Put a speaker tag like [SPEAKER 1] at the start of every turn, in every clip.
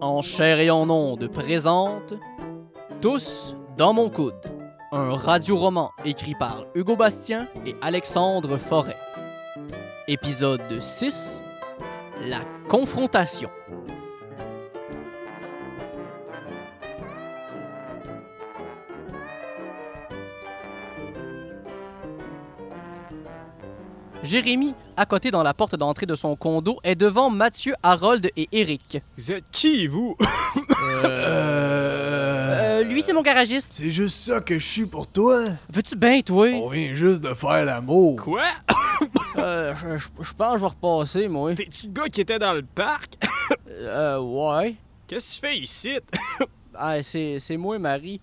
[SPEAKER 1] en chair et en ondes présente Tous dans mon coude, un radio-roman écrit par Hugo Bastien et Alexandre Forêt. Épisode 6 La confrontation. Jérémy, à côté dans la porte d'entrée de son condo, est devant Mathieu, Harold et Eric.
[SPEAKER 2] Vous êtes qui, vous
[SPEAKER 3] Euh,
[SPEAKER 1] Euh, lui, c'est mon garagiste.
[SPEAKER 3] C'est juste ça que je suis pour toi?
[SPEAKER 1] Veux-tu bien, toi?
[SPEAKER 3] On vient juste de faire l'amour.
[SPEAKER 2] Quoi
[SPEAKER 1] Euh, je, je- je pense que je vais repasser, moi.
[SPEAKER 2] T'es-tu le gars qui était dans le parc
[SPEAKER 1] Euh, ouais.
[SPEAKER 2] Qu'est-ce que tu fais ici
[SPEAKER 1] Ah, c'est, c'est moi, Marie.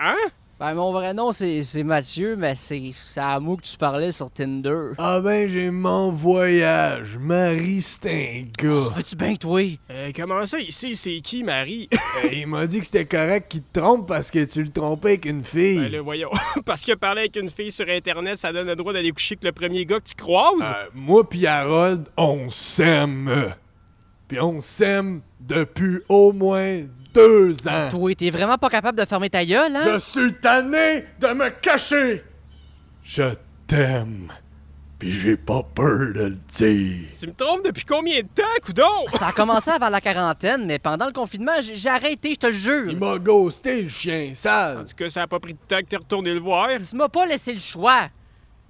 [SPEAKER 2] Hein
[SPEAKER 1] Ben, mon vrai nom, c'est, c'est Mathieu, mais c'est, c'est à moi que tu parlais sur Tinder.
[SPEAKER 3] Ah ben, j'ai mon voyage. Marie, c'est un gars.
[SPEAKER 1] Veux-tu bien, toi?
[SPEAKER 2] euh, Comment ça, ici, c'est qui, Marie
[SPEAKER 3] Euh, Il m'a dit que c'était correct qu'il te trompe parce que tu le trompais avec une
[SPEAKER 2] Ben là,
[SPEAKER 3] fille.
[SPEAKER 2] voyons. Parce que parler avec une fille sur Internet, ça donne le droit d'aller coucher avec le premier gars que tu croises
[SPEAKER 3] Euh, moi pis Harold, on s'aime. Puis on s'aime depuis au moins deux ans.
[SPEAKER 1] Toi, t'es vraiment pas capable de fermer ta gueule, hein?
[SPEAKER 3] Je suis tanné de me cacher. Je t'aime. Puis j'ai pas peur de le dire.
[SPEAKER 2] Tu me trompes depuis combien de temps, coudon
[SPEAKER 1] Ça a commencé avant la quarantaine, mais pendant le confinement, j'ai, j'ai arrêté, je te le
[SPEAKER 3] Il
[SPEAKER 1] jure.
[SPEAKER 3] m'a ghosté, le chien sale.
[SPEAKER 2] En tout cas, ça a pas pris de temps que t'es retourné le voir.
[SPEAKER 1] Tu m'as pas laissé le choix.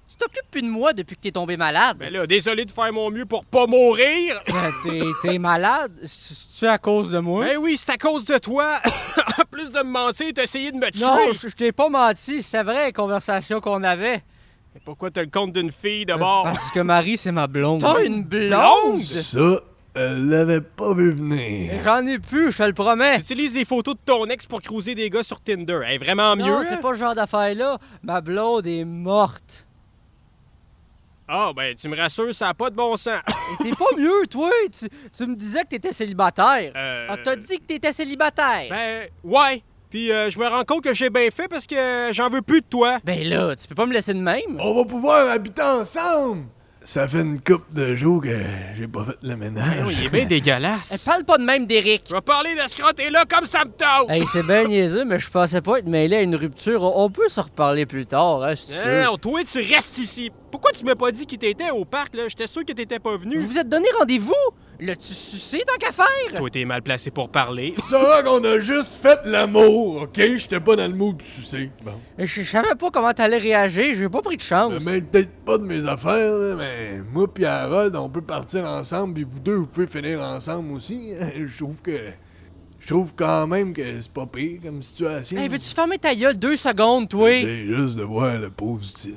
[SPEAKER 1] Tu t'occupes plus de moi depuis que t'es tombé malade.
[SPEAKER 2] Ben là, désolé de faire mon mieux pour pas mourir.
[SPEAKER 1] Euh, t'es, t'es malade? C'est à cause de moi?
[SPEAKER 2] Ben oui, c'est à cause de toi. en plus de me mentir, t'as essayé de me tuer.
[SPEAKER 1] Non, je je t'ai pas menti, c'est vrai, la conversation qu'on avait.
[SPEAKER 2] Mais Pourquoi t'as le compte d'une fille d'abord
[SPEAKER 4] Parce que Marie, c'est ma blonde.
[SPEAKER 1] T'as une blonde?
[SPEAKER 3] Ça, elle l'avait pas vu venir.
[SPEAKER 4] J'en ai plus, je te le promets.
[SPEAKER 2] Utilise des photos de ton ex pour cruiser des gars sur Tinder. Elle est vraiment
[SPEAKER 4] Non,
[SPEAKER 2] mieux. hein?
[SPEAKER 4] c'est pas ce genre d'affaire-là. Ma blonde est morte.
[SPEAKER 2] Ah, ben, tu me rassures, ça a pas de bon sens.
[SPEAKER 4] Et t'es pas mieux, toi. Tu, tu me disais que t'étais célibataire.
[SPEAKER 2] Euh,
[SPEAKER 1] On t'a Ah, dit que t'étais célibataire. Ben,
[SPEAKER 2] Ben, ouais. Puis euh, je me rends compte que j'ai bien fait parce que j'en veux plus de toi.
[SPEAKER 1] Ben là, tu peux pas me laisser de même.
[SPEAKER 3] On va pouvoir habiter ensemble. Ça fait une coupe de jours que j'ai pas fait le ménage.
[SPEAKER 2] Ben il est bien
[SPEAKER 1] Elle
[SPEAKER 2] dégueulasse.
[SPEAKER 1] parle pas de même d'Eric.
[SPEAKER 2] Je vais parler de ce crotté-là comme ça me tente.
[SPEAKER 4] Hey, c'est bien niaiseux, mais je pensais pas être mêlé à une rupture. On on peut se reparler plus tard, hein, si tu
[SPEAKER 2] Non,
[SPEAKER 4] veux.
[SPEAKER 2] non, oh, toi, tu restes ici. Pourquoi tu m'as pas dit qu'il t'était au parc, là? J'étais sûr que t'étais pas
[SPEAKER 4] Vous
[SPEAKER 2] venu.
[SPEAKER 4] vous êtes donné rendez-vous?
[SPEAKER 1] L'as-tu sucé tant qu'à faire?
[SPEAKER 2] Toi, t'es mal placé pour parler.
[SPEAKER 3] Tu sauras qu'on a juste fait l'amour, ok? J'étais pas dans le mood de sucer. Bon.
[SPEAKER 4] Je je savais pas comment t'allais réagir, j'ai pas pris de
[SPEAKER 3] Je me
[SPEAKER 4] chance.
[SPEAKER 3] mêle peut-être pas de mes affaires, là, mais moi pis Harold, on peut partir ensemble, puis vous deux, vous pouvez finir ensemble aussi. Je trouve que. Je trouve quand même que c'est pas pire comme situation.
[SPEAKER 1] Hey, veux-tu fermer ta gueule deux secondes, toi?
[SPEAKER 3] C'est juste de voir le positif.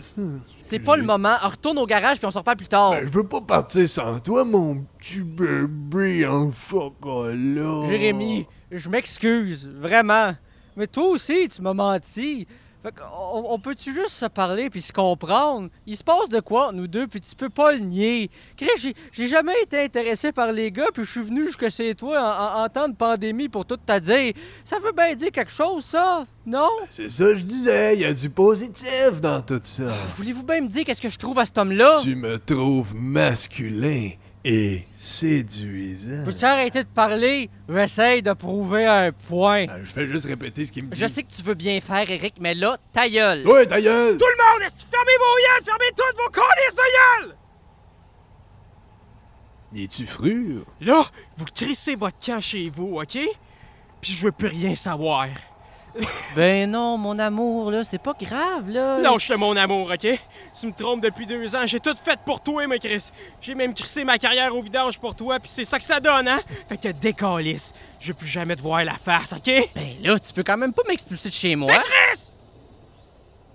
[SPEAKER 1] C'est pas le moment. Alors, retourne au garage puis on s'en reparle plus tard.
[SPEAKER 3] Ben, je veux pas partir sans toi, mon petit bébé en chocolat.
[SPEAKER 4] Jérémy, je m'excuse, vraiment. Mais toi aussi, tu m'as menti. Fait qu'on- on, peut-tu juste se parler puis se comprendre? Il se passe de quoi, nous deux, puis tu peux pas le nier. Chris, j'ai- j'ai jamais été intéressé par les gars, puis je suis venu jusque chez toi en, en- en temps de pandémie pour tout te dire. Ça veut bien dire quelque chose, ça? Non?
[SPEAKER 3] C'est ça que je disais, il y a du positif dans tout ça.
[SPEAKER 1] Voulez-vous bien me dire qu'est-ce que je trouve à cet homme-là?
[SPEAKER 3] tu me trouves masculin et séduisant.
[SPEAKER 4] Peux-tu arrêter de parler? J'essaye de prouver un point.
[SPEAKER 3] Ah, Je vais juste répéter ce qu'il me dit.
[SPEAKER 1] Je sais que tu veux bien faire, Eric, mais là, ta gueule.
[SPEAKER 3] Ouais, ta gueule!
[SPEAKER 2] Tout le monde, est-ce que fermez vos yeux, fermez toutes vos colis de gueule!
[SPEAKER 3] Es-tu frure?
[SPEAKER 2] Là, vous crissez votre camp chez vous, OK? Puis je veux plus rien savoir.
[SPEAKER 4] Ben non, mon amour, là, c'est pas grave, là.
[SPEAKER 2] Lâche-le, mon amour, OK? Tu me trompes depuis deux ans. J'ai tout fait pour toi, ma Chris. J'ai même crissé ma carrière au vidange pour toi, puis c'est ça que ça donne, hein? Fait que décalisse. Je veux plus jamais te voir la face, OK?
[SPEAKER 1] Ben là, tu peux quand même pas m'expulser de chez moi.
[SPEAKER 2] Chris!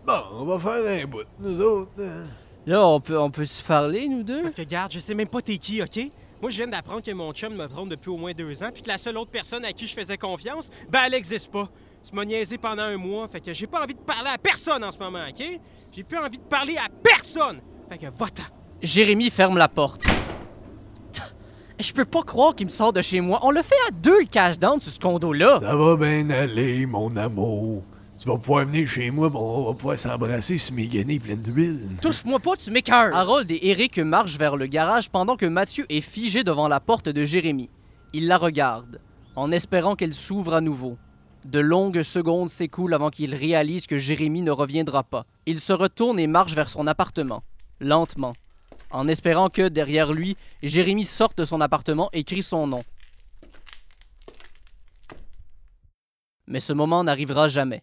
[SPEAKER 3] Bon, on va faire un bout, nous autres. hein.
[SPEAKER 4] Là, on peut, on peut se parler, nous deux?
[SPEAKER 2] Parce que, regarde, je sais même pas t'es qui, OK? Moi, je viens d'apprendre que mon chum me trompe depuis au moins deux ans, puis que la seule autre personne à qui je faisais confiance, ben, elle existe pas. Tu m'as niaisé pendant un mois, fait que j'ai pas envie de parler à personne en ce moment, OK? J'ai plus envie de parler à personne! Fait que, va-t'en!
[SPEAKER 1] Jérémy ferme la porte. Je peux pas croire qu'il me sort de chez moi. On le fait à deux le cash down sur ce condo-là.
[SPEAKER 3] Ça va bien aller, mon amour. Tu vas pouvoir venir chez moi, bon, on va pouvoir s'embrasser sur mes guenilles pleines d'huile.
[SPEAKER 1] Touche-moi pas, tu m'écœures. Harold et Eric marchent vers le garage pendant que Mathieu est figé devant la porte de Jérémy. Il la regarde. en espérant qu'elle s'ouvre à nouveau. De longues secondes s'écoulent avant qu'il réalise que Jérémy ne reviendra pas. Il se retourne et marche vers son appartement, lentement, en espérant que, derrière lui, Jérémy sorte de son appartement et crie son nom. Mais ce moment n'arrivera jamais.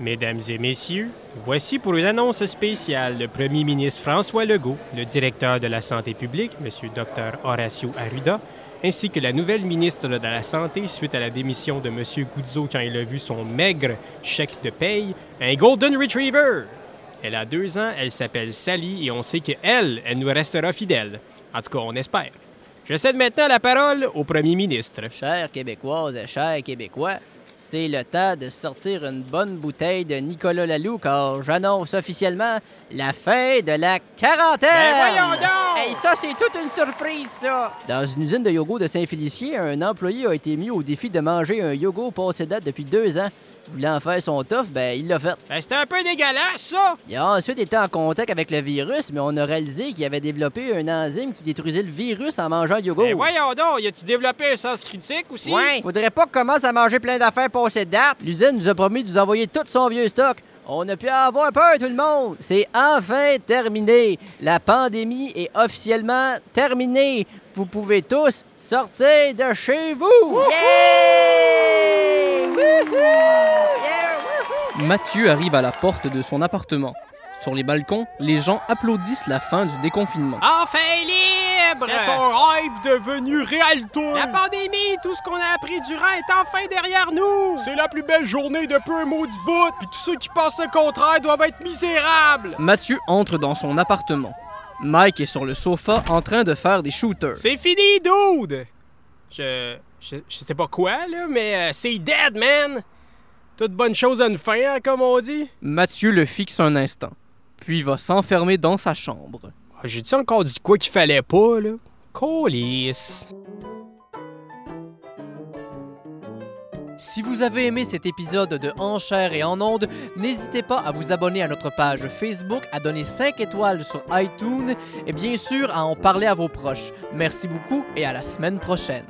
[SPEAKER 2] Mesdames et messieurs, voici pour une annonce spéciale le premier ministre François Legault, le directeur de la Santé publique, M. Dr Horacio Arruda, ainsi que la nouvelle ministre de la Santé suite à la démission de M. Goudzo quand il a vu son maigre chèque de paye, un Golden Retriever. Elle a deux ans, elle s'appelle Sally et on sait qu'elle, elle nous restera fidèle. En tout cas, on espère. Je cède maintenant la parole au premier ministre.
[SPEAKER 1] Chères Québécoises et chers Québécois, c'est le temps de sortir une bonne bouteille de Nicolas Laloux car j'annonce officiellement la fin de la quarantaine!
[SPEAKER 2] Ben donc!
[SPEAKER 5] ça, c'est toute une surprise, ça!
[SPEAKER 1] Dans une usine de yogourt de Saint-Félicien, un employé a été mis au défi de manger un yogourt passé date depuis deux ans. Voulant faire son tof, ben il l'a fait.
[SPEAKER 2] Ben, C'était un peu dégueulasse, ça!
[SPEAKER 1] Il a ensuite été en contact avec le virus, mais on a réalisé qu'il avait développé une enzyme qui détruisait le virus en mangeant le yogourt.
[SPEAKER 2] Ben voyons donc, y a-tu développé un sens critique aussi?
[SPEAKER 5] Ouais!
[SPEAKER 1] Faudrait pas qu'on commence à manger plein d'affaires passées de date. L'usine nous a promis de nous envoyer tout son vieux stock. On a pu avoir peur, tout le monde. C'est enfin terminé. La pandémie est officiellement terminée. Vous pouvez tous sortir de chez vous. Mathieu arrive à la porte de son appartement. Sur les balcons, les gens applaudissent la fin du déconfinement.
[SPEAKER 2] Enfin libre!
[SPEAKER 5] C'est
[SPEAKER 2] rêve devenu réel, La pandémie, tout ce qu'on a appris durant est enfin derrière nous! C'est la plus belle journée depuis un mot du bout, puis tous ceux qui pensent le contraire doivent être misérables!
[SPEAKER 1] Mathieu entre dans son appartement. Mike est sur le sofa en train de faire des shooters.
[SPEAKER 2] C'est fini, dude! Je, je. je sais pas quoi, là, mais euh, c'est dead, man! Toute bonne chose a une fin, hein, comme on dit.
[SPEAKER 1] Mathieu le fixe un instant, puis va s'enfermer dans sa chambre.
[SPEAKER 2] Ah, J'ai-tu encore dit quoi qu'il fallait pas, là? Colis!
[SPEAKER 1] Si vous avez aimé cet épisode de En chair et en onde, n'hésitez pas à vous abonner à notre page Facebook, à donner 5 étoiles sur iTunes et bien sûr à en parler à vos proches. Merci beaucoup et à la semaine prochaine.